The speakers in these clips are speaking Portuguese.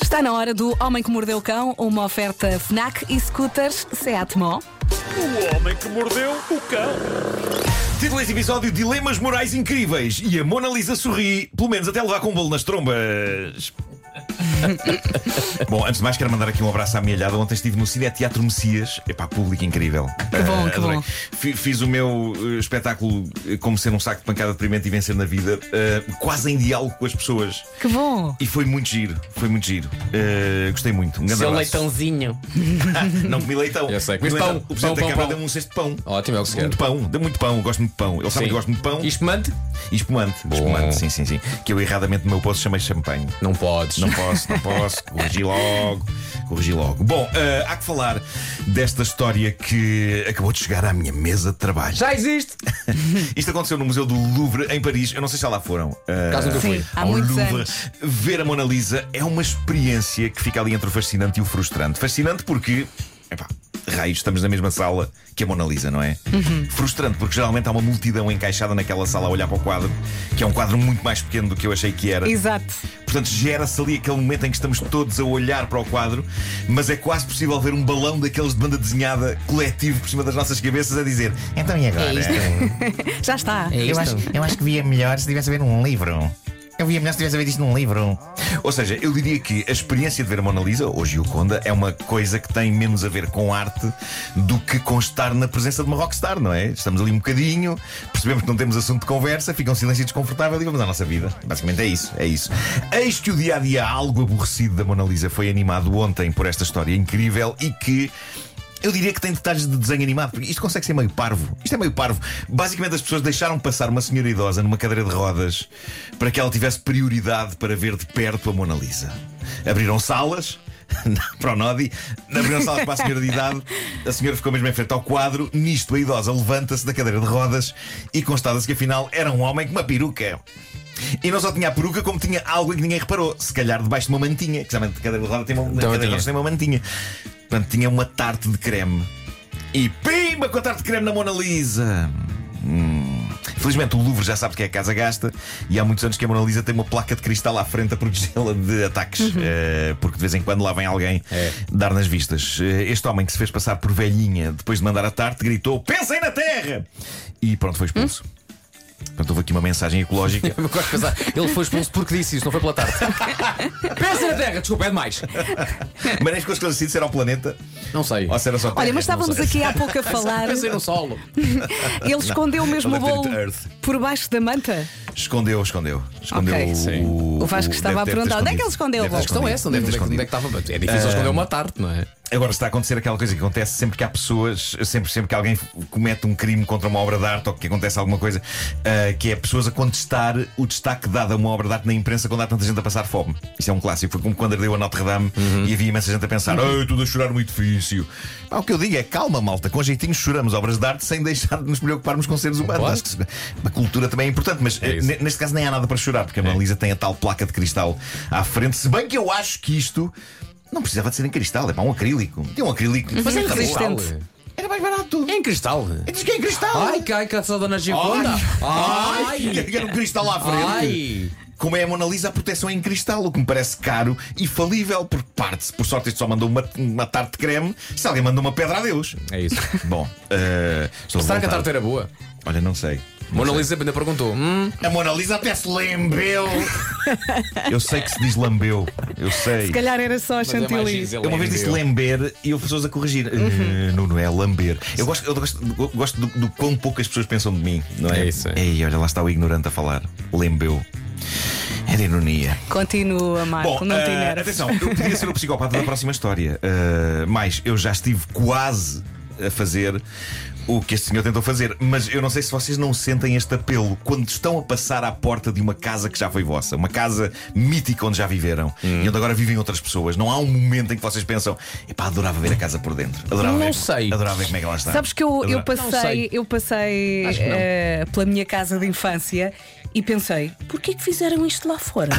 Está na hora do Homem que Mordeu o Cão, uma oferta FNAC e scooters Seat Mó. O homem que mordeu o cão. Título deste episódio: Dilemas morais incríveis. E a Mona Lisa sorri, pelo menos até levar com um bolo nas trombas. Bom, antes de mais, quero mandar aqui um abraço à minha alhada. Ontem estive no Cine Teatro Messias. Epá, público incrível. Que bom, que bom. Fiz o meu eh, espetáculo eh, Como Ser um Saco de Pancada Deprimente e Vencer na Vida, eh, quase em diálogo com as pessoas. Que bom! E foi muito giro, foi muito giro. Eh, gostei muito. Um grande Seu abraço. leitãozinho. Não comi leitão. Eu sei, Comi comi leitão. pão, O Presidente pão, da pão, Câmara pão. deu-me um cesto de pão. Ótimo, é o que se quer. Muito pão, deu muito pão, gosto muito de pão. Ele sabe que Sim. gosto muito de pão. E espumante? E espumante. Espumante, sim, sim, sim. Que eu erradamente no meu poço chamei champanhe. Não podes. Não posso, não posso, corrigi logo, corrigi logo. Bom, eh, há que falar desta história que acabou de chegar à minha mesa de trabalho. Já existe! Isto aconteceu no Museu do Louvre, em Paris. Eu não sei se já lá foram. Eh, Caso nunca fui. Sim, há ao muitos Louvre. anos. Ver a Mona Lisa é uma experiência que fica ali entre o fascinante e o frustrante. Fascinante porque. Epá, Raios, estamos na mesma sala que a Mona Lisa, não é? Uhum. Frustrante, porque geralmente há uma multidão encaixada naquela sala a olhar para o quadro, que é um quadro muito mais pequeno do que eu achei que era. Exato. Portanto, gera-se ali aquele momento em que estamos todos a olhar para o quadro, mas é quase possível ver um balão daqueles de banda desenhada coletivo por cima das nossas cabeças a dizer: Então e É agora? Já está. É Eu acho, eu acho que via melhor se estivesse a ver num livro. Eu via melhor se estivesse a ver isto num livro. Ou seja, eu diria que a experiência de ver a Mona Lisa, ou Gioconda, é uma coisa que tem menos a ver com arte do que com estar na presença de uma rockstar, não é? Estamos ali um bocadinho, percebemos que não temos assunto de conversa, fica um silêncio desconfortável e vamos à nossa vida. Basicamente é isso, é isso. Eis que o dia a dia algo aborrecido da Mona Lisa foi animado ontem por esta história incrível e que. Eu diria que tem detalhes de desenho animado, porque isto consegue ser meio parvo. Isto é meio parvo. Basicamente, as pessoas deixaram passar uma senhora idosa numa cadeira de rodas para que ela tivesse prioridade para ver de perto a Mona Lisa. Abriram salas. Para o Nodi, abriram salas para a senhora de idade, a senhora ficou mesmo em frente ao quadro. Nisto, a idosa levanta-se da cadeira de rodas e constata-se que afinal era um homem com uma peruca. E não só tinha a peruca, como tinha algo em que ninguém reparou. Se calhar debaixo de uma mantinha. Que geralmente cada roda tem uma, na cadeira de tinha. rodas tem uma mantinha. Portanto, tinha uma tarte de creme. E pimba com a tarte de creme na Mona Lisa. Hum. Felizmente o Louvre já sabe que é a casa gasta e há muitos anos que a Mona Lisa tem uma placa de cristal à frente a protegê-la de ataques, eh, porque de vez em quando lá vem alguém É. dar nas vistas. Eh, Este homem que se fez passar por velhinha depois de mandar a tarte gritou: Pensem na terra! E pronto, foi expulso. Portanto, houve aqui uma mensagem ecológica. Eu gosto de pensar. Ele foi expulso porque disse isso, não foi pela tarde. Pensa na terra, desculpa, é demais. Mas nem ficou esclarecido se era o planeta Não sei. ou se era só a terra. Olha, mas estávamos sei. aqui há pouco a falar. Pensei no solo. Ele escondeu mesmo o Não deve ter bolo dito é Earth. por baixo da manta. Escondeu, escondeu. Escondeu Ok. Sim. o. O Vasco estava a deve ter perguntar, onde é que ele escondido. escondeu o Deve ter bolo? A questão é essa, onde é, onde é que- onde é que estava? É difícil esconder uma tarde, não é? Agora está a acontecer aquela coisa que acontece sempre que há pessoas, sempre, sempre que alguém comete um crime contra uma obra de arte ou que acontece alguma coisa, ah, que é pessoas a contestar o destaque dado a uma obra de arte na imprensa quando há tanta gente a passar fome. Isso é um clássico. Foi como quando ardeu a Notre Dame Uhum. e havia imensa gente a pensar: Ei, tudo a chorar no edifício. Pá, o que eu digo é calma, malta, com jeitinho choramos obras de arte sem deixar de nos preocuparmos com seres humanos. Claro. Acho que a cultura também é importante, mas eh, isso. É. ne- neste caso nem há nada para chorar, porque a Mona Lisa tem a tal placa de cristal à frente. Se bem que eu acho que isto não precisava de ser em cristal, é para um acrílico. Tem um acrílico. Uhum. Mas é tá bom. resistente. Era mais barato. É em cristal. Eu Diz que é em cristal. Ai, que ai, caça da Dona Gioconda. Ai, Ai, que era um cristal à frente. ai. Como é a Mona Lisa, a proteção é em cristal, o que me parece caro e falível por parte. Por sorte, isto só mandou uma, uma tarte de creme. Se alguém mandou uma pedra, adeus. É isso. Bom, eh, estou Será que a é- revoltado. tarde era boa? Olha, não sei. Mona Lisa ainda perguntou. Hum, A Mona Lisa até se lambeu. Eu sei que se diz lambeu. Eu sei. Se calhar era só a mas é mais chantilly. gisele, Eu uma vez disse entendeu? lamber e houve pessoas a corrigir. Uhum. Eh, Não, não é lamber. Eu gosto, eu gosto, eu gosto do, do quão poucas pessoas pensam de mim, não é? É isso, é. Ei, olha, lá está o ignorante a falar. Lembeu. É de ironia. Continua, Marco, não te eh, enerves. atenção, eu podia ser o psicopata da próxima história, eh, mas eu já estive quase a fazer o que este senhor tentou fazer. Mas eu não sei se vocês não sentem este apelo quando estão a passar à porta de uma casa que já foi vossa, uma casa mítica onde já viveram Hum. e onde agora vivem outras pessoas. Não há um momento em que vocês pensam, epá, adorava ver a casa por dentro. Adorava Não ver, sei. Adorava ver como é que ela está. Sabes que eu, eu Adorava- sei. passei, eu passei Acho que não. eh, pela minha casa de infância e pensei: porquê que fizeram isto lá fora?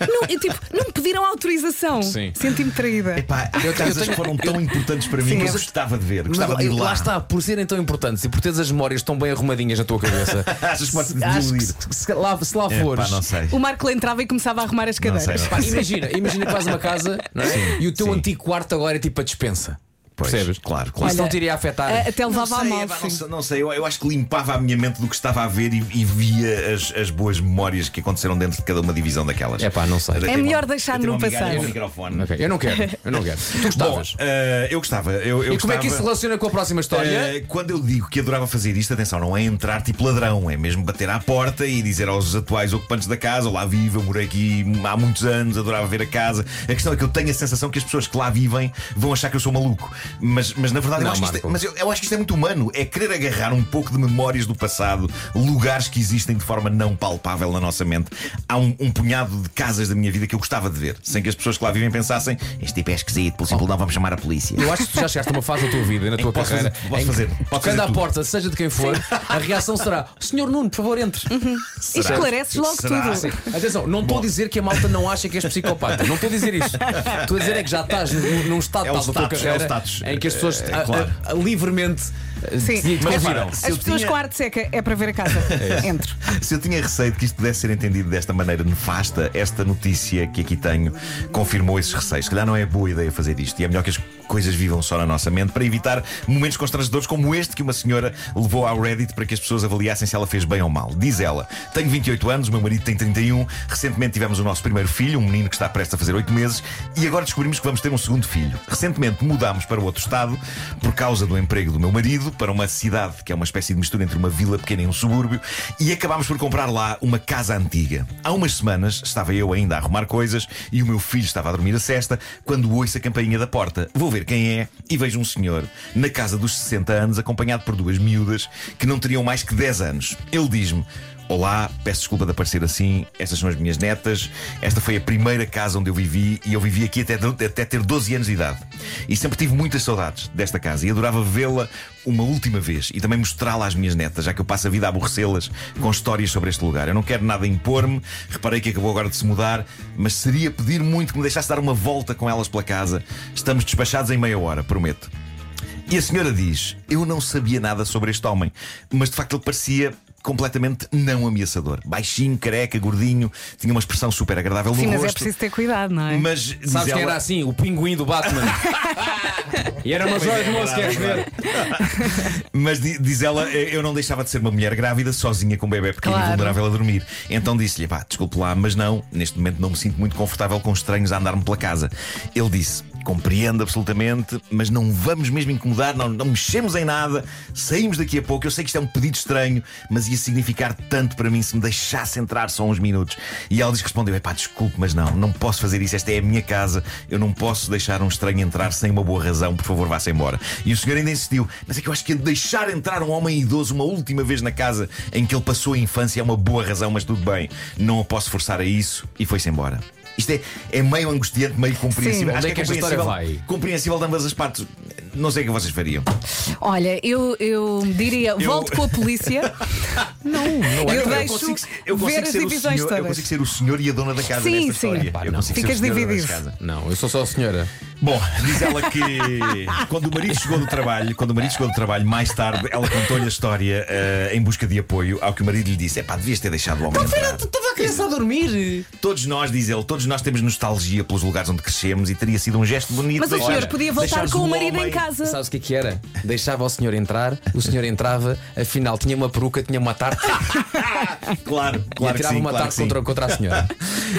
não, eu, tipo, não me pediram autorização. Sim. Senti-me traída. Epá, há Eu tenho- coisas eu tenho- que foram tão importantes para mim Sim, que é- eu gostava de ver, gostava de ir Mas, lá. lá está, por serem tão importantes e por teres as memórias tão bem arrumadinhas na tua cabeça. Achas que podes acho que desiludir? se, se lá, se lá É, fores. pá, não sei. O Marco entrava e começava a arrumar as Não cadeiras. sei, não Pá, sei. imagina, imagina que vais a uma casa não é? e o teu sim. antigo quarto agora é tipo a dispensa. Pois, Percebes? claro, claro. Isso não te iria afetar. Ah, Até Não levava a sei, mal. é pá, não sim. sei, não sei, eu, eu acho que limpava a minha mente do que estava a ver e, e via as, as boas memórias que aconteceram dentro de cada uma divisão daquelas. É pá, não sei. Eu É tenho melhor uma- deixar eu tenho no uma migalha passado. no um microfone. Ok, Eu não quero, eu não quero. Tu Bom, gostavas. eh, eu gostava. Eu, eu e como é que isso gostava- se relaciona com a próxima história? Eh, quando eu digo que adorava fazer isto, atenção, não é entrar tipo ladrão, é mesmo bater à porta e dizer aos atuais ocupantes da casa: Olá, vivo, eu morei aqui há muitos anos, adorava ver a casa. A questão é que eu tenho a sensação que as pessoas que lá vivem vão achar que eu sou maluco. Mas, mas na verdade, Não, eu, acho que isto, é- Marco. mas eu, eu acho que isto é muito humano. É querer agarrar um pouco de memórias do passado, lugares que existem de forma não palpável na nossa mente. Há um, um punhado de casas da minha vida que eu gostava de ver, sem que as pessoas que lá vivem pensassem: Este tipo é esquisito, pelo simples não vamos chamar a polícia. Eu acho que tu já chegaste a uma fase da tua vida, e na tua posso carreira. fazer- posso em que, fazer- posso tocando fazer à tudo. porta, seja de quem for, a reação será: Senhor Nuno, por favor, entre. Será? Esclareces logo Será? tudo. Sim. Atenção, não estou a dizer que a malta não acha que és psicopata. Não estou a dizer isso. Estou a dizer é que já estás num, num estado É o tal da tua status, é carreira o status. em que as pessoas É, a- a- claro. a- livremente eh, Sim. te- te Mas, convidam. repara, se As eu pessoas tinha- com a arte seca é para ver a casa. Entro. Se eu tinha receio de que isto pudesse ser entendido desta maneira nefasta, esta notícia que aqui tenho confirmou esses receios. Se calhar não é boa ideia fazer isto e é melhor que as coisas vivam só na nossa mente para evitar momentos constrangedores como este que uma senhora levou ao Reddit para que as pessoas avaliassem se ela fez bem ou mal. Diz ela: Tenho 28 anos, o meu marido tem 31, recentemente tivemos o nosso primeiro filho, um menino que está prestes a fazer 8 meses, e agora descobrimos que vamos ter um segundo filho. Recentemente mudámos para outro estado por causa do emprego do meu marido, para uma cidade que é uma espécie de mistura entre uma vila pequena e um subúrbio, e acabámos por comprar lá uma casa antiga. Há umas semanas estava eu ainda a arrumar coisas e o meu filho estava a dormir a cesta quando ouço a campainha da porta. Vou ver quem é e vejo um senhor na casa dos 60 anos, acompanhado por duas miúdas que não teriam mais que 10 anos. Ele diz-me: Olá, peço desculpa de aparecer assim. Estas são as minhas netas. Esta foi a primeira casa onde eu vivi e eu vivi aqui até, até ter 12 anos de idade. E sempre tive muitas saudades desta casa e adorava vê-la uma última vez e também mostrá-la às minhas netas, já que eu passo a vida a aborrecê-las com histórias sobre este lugar. Eu não quero nada impor-me, reparei que acabou agora de se mudar, mas seria pedir muito que me deixasse dar uma volta com elas pela casa. Estamos despachados em meia hora, prometo. E a senhora diz: Eu não sabia nada sobre este homem, mas de facto ele parecia completamente não ameaçador. Baixinho, careca, gordinho, tinha uma expressão super agradável Sim, no mas é rosto. preciso ter cuidado, não é? Mas diz Sabes quem ela- era assim? O pinguim do Batman. e era uma é, joia de moço, queres ver? Mas di- diz ela, eh, eu não deixava de ser uma mulher grávida, sozinha com um bebê pequeno Claro. e vulnerável a dormir. Então disse-lhe, pá, desculpe lá, mas não, neste momento não me sinto muito confortável com estranhos a andar-me pela casa. Ele disse, compreendo absolutamente, mas não vamos mesmo incomodar, não, não mexemos em nada, saímos daqui a pouco. Eu sei que isto é um pedido estranho, mas ia significar tanto para mim se me deixasse entrar só uns minutos. E ela diz, respondeu, "É pá, desculpe, mas não, não posso fazer isso, esta é a minha casa, eu não posso deixar um estranho entrar sem uma boa razão, por favor, vá-se embora. E o senhor ainda insistiu, mas é que eu acho que deixar entrar um homem idoso uma última vez na casa em que ele passou a infância é uma boa razão, mas tudo bem, não o posso forçar a isso e foi-se embora. Isto é, é meio angustiante, meio compreensível. Sim, onde é que esta história compreensível, vai? compreensível de ambas as partes. Não sei o que vocês fariam. Olha, eu, eu diria: volto com a polícia. não, não eu deixo eu consigo ver as ser o divisões senhor, eu todas. consigo ser o senhor e a dona da casa Sim, nesta sim. história. Epá, eu não. consigo ser Ficas o senhor e a dona da dividido. casa. Não, eu sou só a senhora. Bom, diz ela que quando o marido chegou do trabalho, quando o marido chegou do trabalho, mais tarde, ela contou-lhe a história eh, em busca de apoio, ao que o marido lhe disse: é pá, devias ter deixado o homem. entrar." Estava a criança a dormir. Todos nós, diz ele, todos nós temos nostalgia pelos lugares onde crescemos e teria sido um gesto bonito. Mas o deixar- senhor podia voltar deixares com o um marido em homem- casa. Sabes o que é que era? Deixava o senhor entrar, o senhor entrava, afinal tinha uma peruca, tinha uma tarte Ah, Claro, e claro que atirava sim, uma claro que tarte sim. contra, contra a senhora.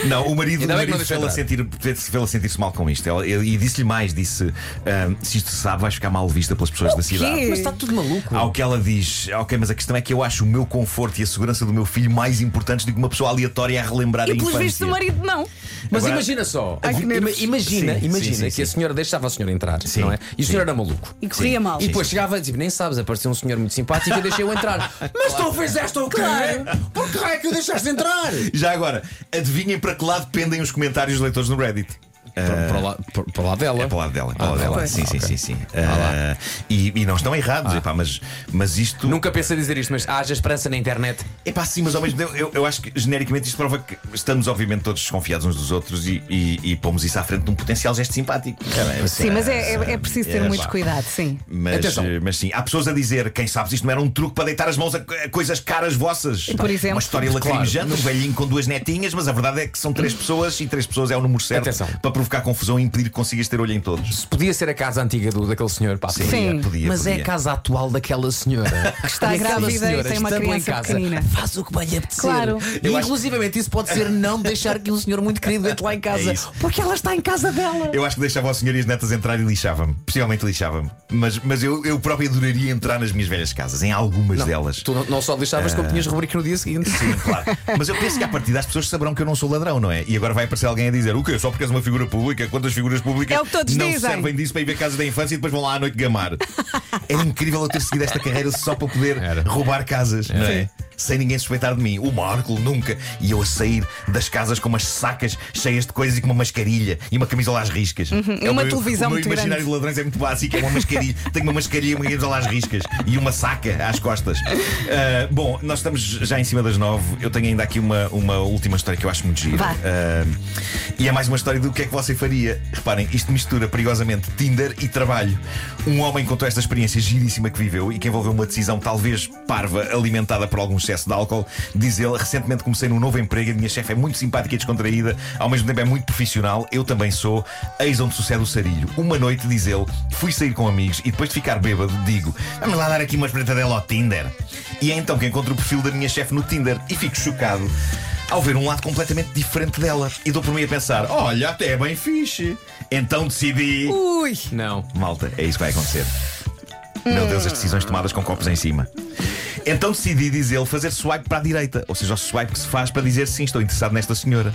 Não, o marido, o Ainda bem que marido não deixou fez-la sentir- fez- fez-la sentir-se mal com isto. Ela- ele- e disse-lhe mais: disse, "Ahm, se isto se sabe, vais ficar mal vista pelas pessoas da cidade. Mas está tudo maluco. Hum. Ao que ela diz, ok, mas a questão é que eu acho o meu conforto e a segurança do meu filho mais importantes do que uma pessoa aleatória a relembrar a E pelos infância. vistos do marido, não. Mas Agora- imagina só, Ai, que ima- nervos. imagina, Sim, sim, imagina sim, que sim. a senhora deixava o senhor entrar, Sim, não é? E o sim. senhor era maluco. E corria mal. E depois chegava e dizia, nem sabes, apareceu um senhor muito simpático e deixei-o entrar. Mas tu fizeste o quê? Por que raio é que o deixaste entrar? Já agora, adivinhem para que lado pendem os comentários dos leitores no Reddit. Para, para lá, para, para lá dela. É para o lado dela, para o lado Ah, dela. ok. Sim, sim, Ok. sim, sim. Ah, e, e não estão Ah. errados, epá, mas, mas isto. Nunca pensei dizer isto, mas haja esperança na internet. Epá, sim, mas ao mesmo tempo, eu, eu acho que genericamente isto prova que estamos, obviamente, todos desconfiados uns dos outros e, e, e pomos isso à frente de um potencial gesto simpático. Sim, mas é, é- é preciso ter É, muito pá. cuidado, sim. Mas, Atenção. eh, mas sim, há pessoas a dizer, quem sabe se isto não era um truque para deitar as mãos a co- a coisas caras vossas. Por exemplo. Uma história Claro. lacrimejante, um velhinho com duas netinhas, mas a verdade é que são três pessoas e três pessoas é o número certo Atenção. para provocar confusão e impedir que consigas ter olho em todos. Se podia ser a casa antiga do, daquele senhor, pá, podia. Sim. podia, Mas é podia. a casa atual daquela senhora que está grávida e tem uma criança em casa, pequenina. Faz o que vai lhe apetecer. Claro. E, Eu acho- inclusivamente, isso pode ser não deixar que um senhor muito querido entre lá em casa, É isso. porque ela está em casa dela. Eu acho que deixava o senhor e as netas entrar e lixava-me. Possivelmente lixava-me. Mas, mas eu, eu próprio adoraria entrar nas minhas velhas casas, em algumas delas. Tu não- não só lixavas, como tinhas rubrica no dia seguinte. Sim, claro. Mas eu penso que a partir das pessoas saberão que eu não sou ladrão, não é? E agora vai aparecer alguém a dizer: o quê? Só porque és uma figura pública, quantas figuras públicas É o que todos não dizem. servem disso para ir ver casas da infância e depois vão lá à noite gamar. Era incrível eu ter seguido esta carreira só para poder roubar casas, não é? Sem ninguém suspeitar de mim. O Marco nunca. E eu a sair das casas com umas sacas cheias de coisas e com uma mascarilha e uma camisola às riscas. Uhum, É E uma o meu- televisão o meu muito grande. imaginário de ladrões é muito básico, é uma mascarilha. Tenho uma mascarilha, uma camisola às riscas e uma saca às costas. Ah, bom, nós estamos já em cima das nove. Eu tenho ainda aqui uma, uma última história que eu acho muito gira. Vá. Ah, e é mais uma história do que é que você faria. Reparem, isto mistura perigosamente Tinder e trabalho. Um homem contou esta experiência giríssima que viveu e que envolveu uma decisão talvez parva, alimentada por algum excesso de álcool. Diz ele: recentemente comecei num novo emprego, a minha chefe é muito simpática e descontraída, ao mesmo tempo é muito profissional, eu também sou. Eis onde sucede o sarilho. Uma noite, diz ele, fui sair com amigos e depois de ficar bêbado, digo: vamos lá dar aqui uma espreitadela ao Tinder. E é então que encontro o perfil da minha chefe no Tinder e fico chocado. Ao ver um lado completamente diferente dela, e dou por mim a pensar: olha, até é bem fixe. Então decidi. Ui! Não. Malta, é isso que vai acontecer. Meu Deus, as decisões tomadas com copos em cima. Então decidi, diz ele, fazer swipe para a direita. Ou seja, o swipe que se faz para dizer sim, estou interessado nesta senhora.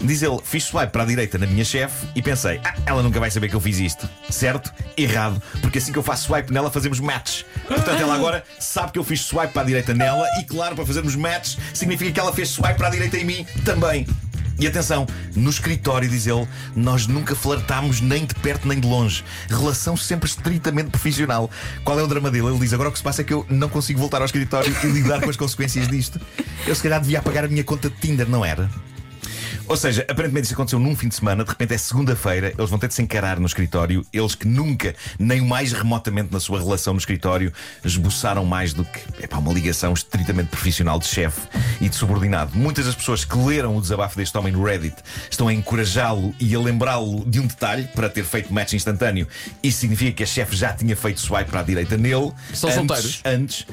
Diz ele, fiz swipe para a direita na minha chefe e pensei, ah, ela nunca vai saber que eu fiz isto. Certo? Errado. Porque assim que eu faço swipe nela, fazemos match. Portanto, ela agora sabe que eu fiz swipe para a direita nela e, claro, para fazermos match, significa que ela fez swipe para a direita em mim também. E atenção, no escritório, diz ele, nós nunca flertámos nem de perto nem de longe. Relação sempre estritamente profissional. Qual é o drama dele? Ele diz: agora o que se passa é que eu não consigo voltar ao escritório e lidar com as consequências disto. Eu se calhar devia apagar a minha conta de Tinder, não era? Ou seja, aparentemente isso aconteceu num fim de semana, de repente é segunda-feira, eles vão ter de se encarar no escritório, eles que nunca, nem o mais remotamente na sua relação no escritório, esboçaram mais do que epá, uma ligação estritamente profissional de chefe e de subordinado. Muitas das pessoas que leram o desabafo deste homem no Reddit estão a encorajá-lo e a lembrá-lo de um detalhe para ter feito match instantâneo. Isso significa que a chefe já tinha feito swipe para a direita nele. São antes, solteiros? Antes.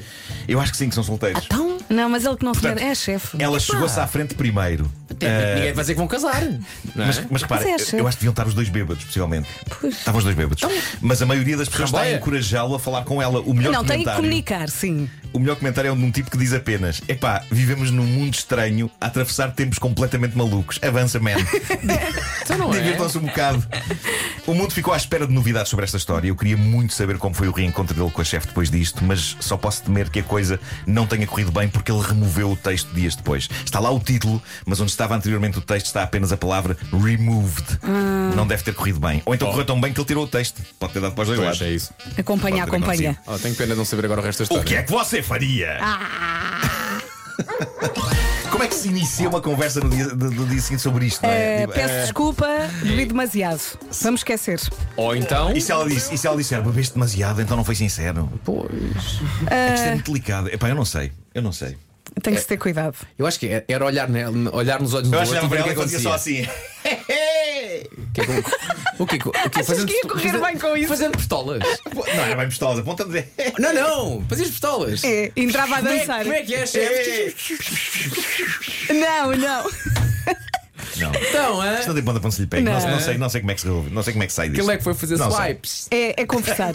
Eu acho que sim, que são solteiros. Então? Não, mas ele que não Portanto, se é chefe. Ela chegou-se à frente primeiro. Ninguém vai dizer que vão casar. não é? Mas, mas repara, Mas é, eu- chefe. eu acho que deviam estar os dois bêbados, possivelmente. Estavam os dois bêbados. Mas a maioria das pessoas está a Ramboia. encorajá-lo a falar com ela. O melhor Não, tem que comentário. comunicar, sim. O melhor comentário é um de um tipo que diz apenas: Epá, vivemos num mundo estranho a atravessar tempos completamente malucos. Avança, man. Então não é. Divirtam-se um bocado. O mundo ficou à espera de novidades sobre esta história. Eu queria muito saber como foi o reencontro dele com a chefe depois disto, mas só posso temer que a coisa não tenha corrido bem porque ele removeu o texto dias depois. Está lá o título, mas onde estava anteriormente o texto está apenas a palavra removed. Não deve ter corrido bem. Ou então correu tão bem que ele tirou o texto. Pode ter dado para os dois lados. Pois, é isso. Acompanha, Pode ter acompanha. Oh, tenho pena de não saber agora o resto da O história. que é que você faria? Como é que se inicia uma conversa no dia, no- no dia seguinte sobre isto? não é? Eh, Tipo, peço eh, desculpa, bebi demasiado. Vamos esquecer. Ou então. E se ela disse, e se ela disser, bebeste demasiado, então não foi sincero. Pois. É que Isto é muito delicado. Epá, eu não sei. Eu não sei. Tem que se ter cuidado. Eu acho que é, era olhar, ne- olhar nos olhos do Eu outro acho que e ver o que ela fazia só acontecia. assim. Que é que- O que é que- o que é que- Achas que ia correr fazendo- bem com isso? Fazendo pistolas. Pô, Não, era bem pistosa. Aponta-me. de- Não, não, fazias pistolas. É, entrava a Como é- dançar. Como é que é, chefe? Não, não. Não. Isto Então, hã? não tem ponta para onde se lhe pega. Não. Não. não sei, não sei como é que se resolve. Não sei como é que sai disso. Aquele é que foi fazer Não sei. swipes. É, é conversar.